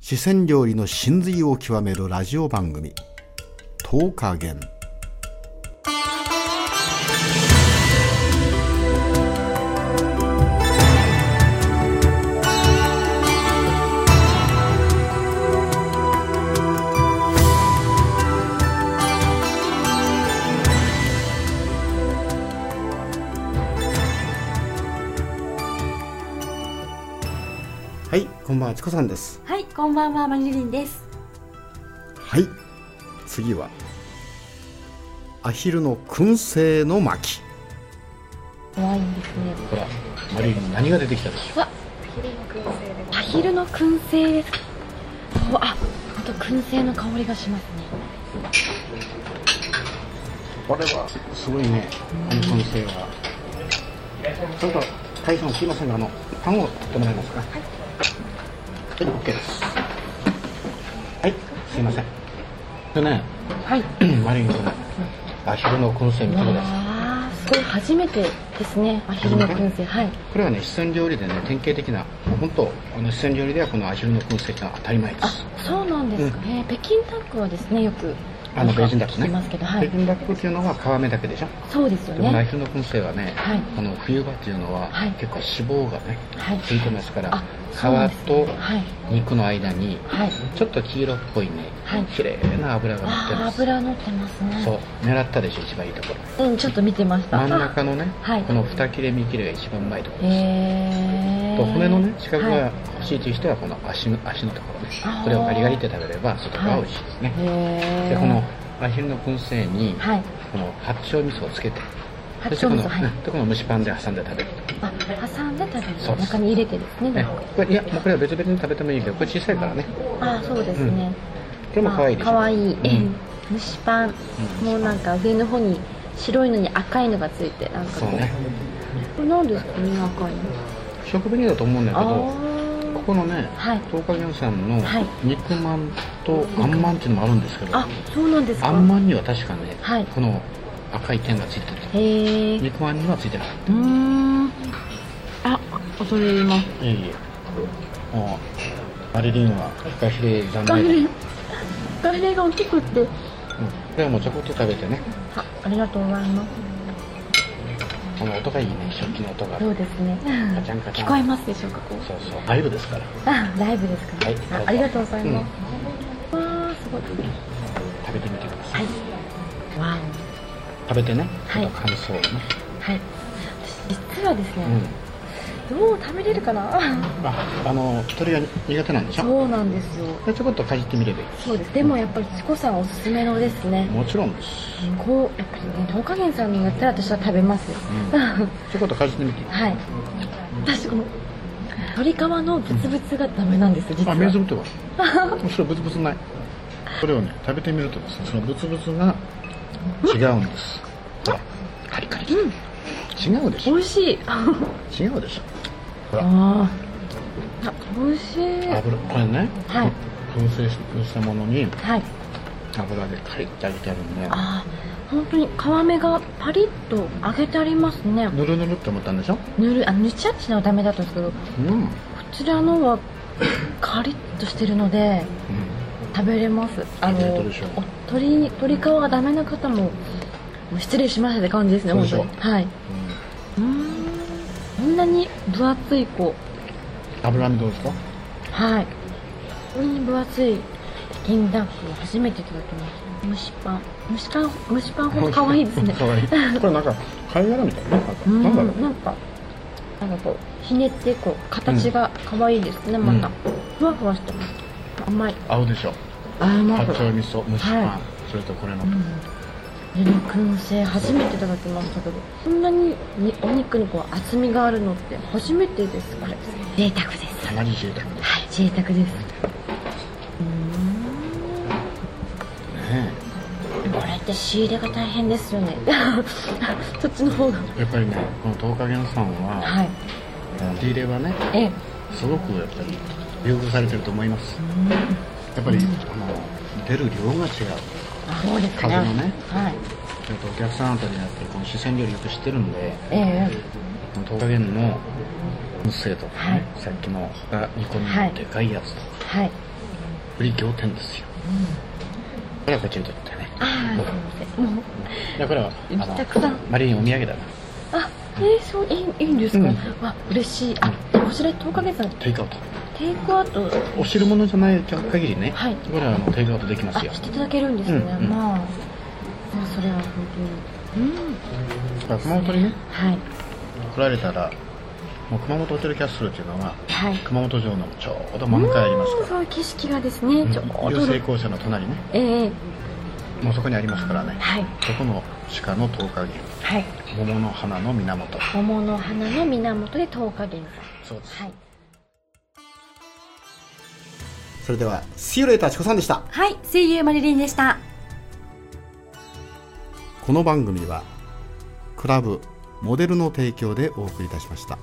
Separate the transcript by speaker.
Speaker 1: 四川料理の真髄を極めるラジオ番組「10日元」はいこんばんはチコさんです
Speaker 2: はい、こんばんは、マリリンです。
Speaker 1: はい次はアヒルの燻製の巻
Speaker 2: 怖いんですね。
Speaker 3: ほら、マリリン何が出てきたでしょ
Speaker 2: アヒルの燻製です。おあ、本当燻製の香りがしますね。
Speaker 3: う。これはすごいね、この燻製は。
Speaker 1: ちょっと大将すいませんがあのパンを取ってもらえますかはい、OK ですはいすいません
Speaker 3: でね、
Speaker 2: はい。
Speaker 3: マリリンこれ、アヒルの燻製見てください。
Speaker 2: わあ、すごい初めてですね。アヒルの燻製、はい。
Speaker 3: これはね、四川料理でね、典型的な、もう本当、あの四川料理ではこのアヒルの燻製ってのは当たり前で
Speaker 2: あ
Speaker 3: す。、
Speaker 2: そうなんですかね。北京ダックはですね、よく。
Speaker 3: あの、ベージンダック
Speaker 2: 聞き
Speaker 3: ね
Speaker 2: ますけ。ど、は
Speaker 3: ベ
Speaker 2: い
Speaker 3: ー。ジンダックっていうのは皮目だけでしょ。
Speaker 2: そうですよ
Speaker 3: でもねア
Speaker 2: ね。
Speaker 3: ヒルの燻製はね、
Speaker 2: はい
Speaker 3: あの冬場っていうのは
Speaker 2: はい
Speaker 3: 結構脂肪がね、
Speaker 2: はい。
Speaker 3: ついてますから
Speaker 2: あ、そうなんで
Speaker 3: 皮
Speaker 2: す
Speaker 3: と
Speaker 2: ねはい。
Speaker 3: 肉の間に
Speaker 2: はい。
Speaker 3: ちょっと黄色っぽいね、
Speaker 2: はい
Speaker 3: 綺麗な油が乗って
Speaker 2: ああ、
Speaker 3: ます。
Speaker 2: 油乗ってますね。
Speaker 3: そう、狙ったでしょ、一番いいところ。
Speaker 2: うん、ちょっと見てました。
Speaker 3: 真ん
Speaker 2: あ
Speaker 3: 中のね、
Speaker 2: はい
Speaker 3: この二切れ三切れが一番うまいところ
Speaker 2: へ
Speaker 3: です。
Speaker 2: え。
Speaker 3: と骨のね、近く
Speaker 2: はい
Speaker 3: が欲しいという人は、この足の足のところね
Speaker 2: あー。
Speaker 3: これをガリガリって食べれば、外側は美味しいですね。
Speaker 2: へえ。
Speaker 3: で、このアヒルの燻製に、
Speaker 2: はい。
Speaker 3: この八丁味噌をつけて、
Speaker 2: 八
Speaker 3: そしてこの、
Speaker 2: 丁味噌、はい。
Speaker 3: うんでこの蒸しパンで挟んで食べる
Speaker 2: あ、挟んで食
Speaker 3: そ
Speaker 2: べ
Speaker 3: う
Speaker 2: る。
Speaker 3: です
Speaker 2: 中に入れてです
Speaker 3: と。
Speaker 2: ね。
Speaker 3: ね
Speaker 2: なんか、
Speaker 3: これいや、もうこれは別々に食べてもいいけど、これ小さいからね。
Speaker 2: あ、そうですね。
Speaker 3: これも可愛いでしょ。
Speaker 2: 可愛い
Speaker 3: ん
Speaker 2: ええ蒸しパン。もうなんか上の方に白いのに赤いのがついて、なんか
Speaker 3: そ
Speaker 2: こ
Speaker 3: うね。
Speaker 2: う。なんですかね、赤いの。
Speaker 3: 食紅だと思うんだけ
Speaker 2: あ
Speaker 3: ど、ここのね
Speaker 2: あ。、はい。
Speaker 3: 東海原産の
Speaker 2: はい
Speaker 3: 肉まんとあんまんっていうのもあるんですけど、
Speaker 2: あ、そうなんですか。
Speaker 3: あんまんには確かね、
Speaker 2: はい
Speaker 3: この赤い点がついてる
Speaker 2: へえ。う
Speaker 3: 肉まんにはついてない
Speaker 2: ーん。あ、恐れ入ります。
Speaker 3: いえいえもうマリリンはフカヒレ残
Speaker 2: ガフ
Speaker 3: 念
Speaker 2: レ、ガフレが大きくって。
Speaker 3: これはもうちょこっと食べてね
Speaker 2: あ、ありがとうございます。
Speaker 3: この音がいいね食器の音が
Speaker 2: そうですね。
Speaker 3: カチャンカチャン
Speaker 2: 聞こえますでしょうか、こう。
Speaker 3: そうそうライブですから
Speaker 2: あ、ライブですか、
Speaker 3: はい
Speaker 2: あありがとうございます。わあ、すごい。
Speaker 3: 食べてみてくださ
Speaker 2: はいい。わ
Speaker 3: 食べてねち
Speaker 2: は
Speaker 3: ょ
Speaker 2: い
Speaker 3: っと感想をね、
Speaker 2: お。はい。私実はですね、どう食べれるかな。
Speaker 3: うんああの鳥が苦手なんでしょ
Speaker 2: そうなんですよ。
Speaker 3: でちょこっとかじってみればいい
Speaker 2: そうです。でもやっぱりチコさんおすすめのですね。
Speaker 3: もちろんです、
Speaker 2: こうやっぱりね、東加減さんのやったら私は食べますよ。
Speaker 3: うん、ちょこっとかじってみて
Speaker 2: はい。私この鶏皮のブツブツがダメなんですよ。実
Speaker 3: あ、
Speaker 2: は。
Speaker 3: 目つぶってます。それブツブツない。これをね、食べてみるとですね、そのブツブツが違うんです。ほら、カリカリしてる。違うでし
Speaker 2: 美
Speaker 3: ょ。
Speaker 2: 味しい。あ
Speaker 3: 違うでしょ。ほら、
Speaker 2: あ。あ、美味しい。
Speaker 3: 油、これね、
Speaker 2: はい
Speaker 3: 燻製したものに
Speaker 2: はい。
Speaker 3: 油でカリッて揚げてあるんで、
Speaker 2: ああ本当に皮目がパリッと揚げてありますね
Speaker 3: ぬるぬるって思ったんでしょ
Speaker 2: ぬるあぬちゃっちのダメだったんですけどこ
Speaker 3: うん。うん。
Speaker 2: ちらのは カリッとしてるので食べれますあ
Speaker 3: 食
Speaker 2: の
Speaker 3: べれるでしょう
Speaker 2: お鶏鶏皮がダメな方ももう失礼しましたって感じですね
Speaker 3: そう
Speaker 2: 本
Speaker 3: でしょ
Speaker 2: 当にはいうーんこんなに分厚い子
Speaker 3: 油身どうですか
Speaker 2: はいこんなに分厚いチキンダックは初めていただきます蒸しパン蒸しパン蒸しパンほ ど可愛いですね
Speaker 3: かわいい。これなんか、貝殻みたいな。なんか、
Speaker 2: うん
Speaker 3: なんだろう。
Speaker 2: なんかなんかこうひねってこう形が可愛いですね、また、
Speaker 3: うん
Speaker 2: ふわふわしてます甘い
Speaker 3: 合うでしょ。
Speaker 2: 甘
Speaker 3: 八
Speaker 2: いこ
Speaker 3: 丁味噌、蒸しパン、
Speaker 2: はい
Speaker 3: それとこれの。
Speaker 2: れの燻製初めていただきましたけどこんなににお肉にこう厚みがあるのって初めてですこれ贅沢です
Speaker 3: かなり贅沢です。
Speaker 2: はい贅沢です
Speaker 3: ね
Speaker 2: これって仕入れが大変ですよね そっちの方が
Speaker 3: やっぱりねこの東海原さんは、
Speaker 2: はい
Speaker 3: ディーレはね
Speaker 2: ええ
Speaker 3: すごくやっぱり優遇されてると思いますやっぱり、あの出る量が違う
Speaker 2: あそうですね
Speaker 3: 風のね
Speaker 2: はい
Speaker 3: あとお客さんあたりになってこの四川料理よく知ってるんで
Speaker 2: ええ
Speaker 3: この東海原の燻製とかね、
Speaker 2: はい
Speaker 3: さっきのが煮込みのでかいやつとか、
Speaker 2: はい
Speaker 3: り仰天ですよ、これはこっちにとってね
Speaker 2: ああ、すいません。もう、
Speaker 3: いやこれはあの
Speaker 2: たくさん。
Speaker 3: マリンお土産だな
Speaker 2: あ、えー、そう、いい、いいんですか、
Speaker 3: うん
Speaker 2: わ、嬉しい。あ、こちら10ヶ月さん、
Speaker 3: テイクアウト
Speaker 2: テイクアウト、
Speaker 3: お汁物じゃない限りね、
Speaker 2: はい
Speaker 3: これはあのテイクアウトできま
Speaker 2: あ、
Speaker 3: すよ
Speaker 2: していただけるんですね。
Speaker 3: うんうん
Speaker 2: まあ、まあ、それは本当に。うん。
Speaker 3: 熊本にね
Speaker 2: はい。
Speaker 3: 来られたらもう熊本ホテルキャッスルっていうのは
Speaker 2: はい。
Speaker 3: 熊本城のちょうど真向かいあります
Speaker 2: うん
Speaker 3: か
Speaker 2: そう、景色がですね、ちょう
Speaker 3: ら、うん、
Speaker 2: ど
Speaker 3: 養。成校舎の隣ね
Speaker 2: ええ
Speaker 3: もうそこにありますからね
Speaker 2: はい。
Speaker 3: そこの鹿の十日銀
Speaker 2: はい。
Speaker 3: 桃の花の源
Speaker 2: 桃の花の源で10日現
Speaker 3: そうです
Speaker 2: 在。はい。
Speaker 1: それでは、See you later チコさんでした。
Speaker 4: はい、声優マリリンでした。
Speaker 1: この番組は、クラブ、モデルの提供でお送りいたしました。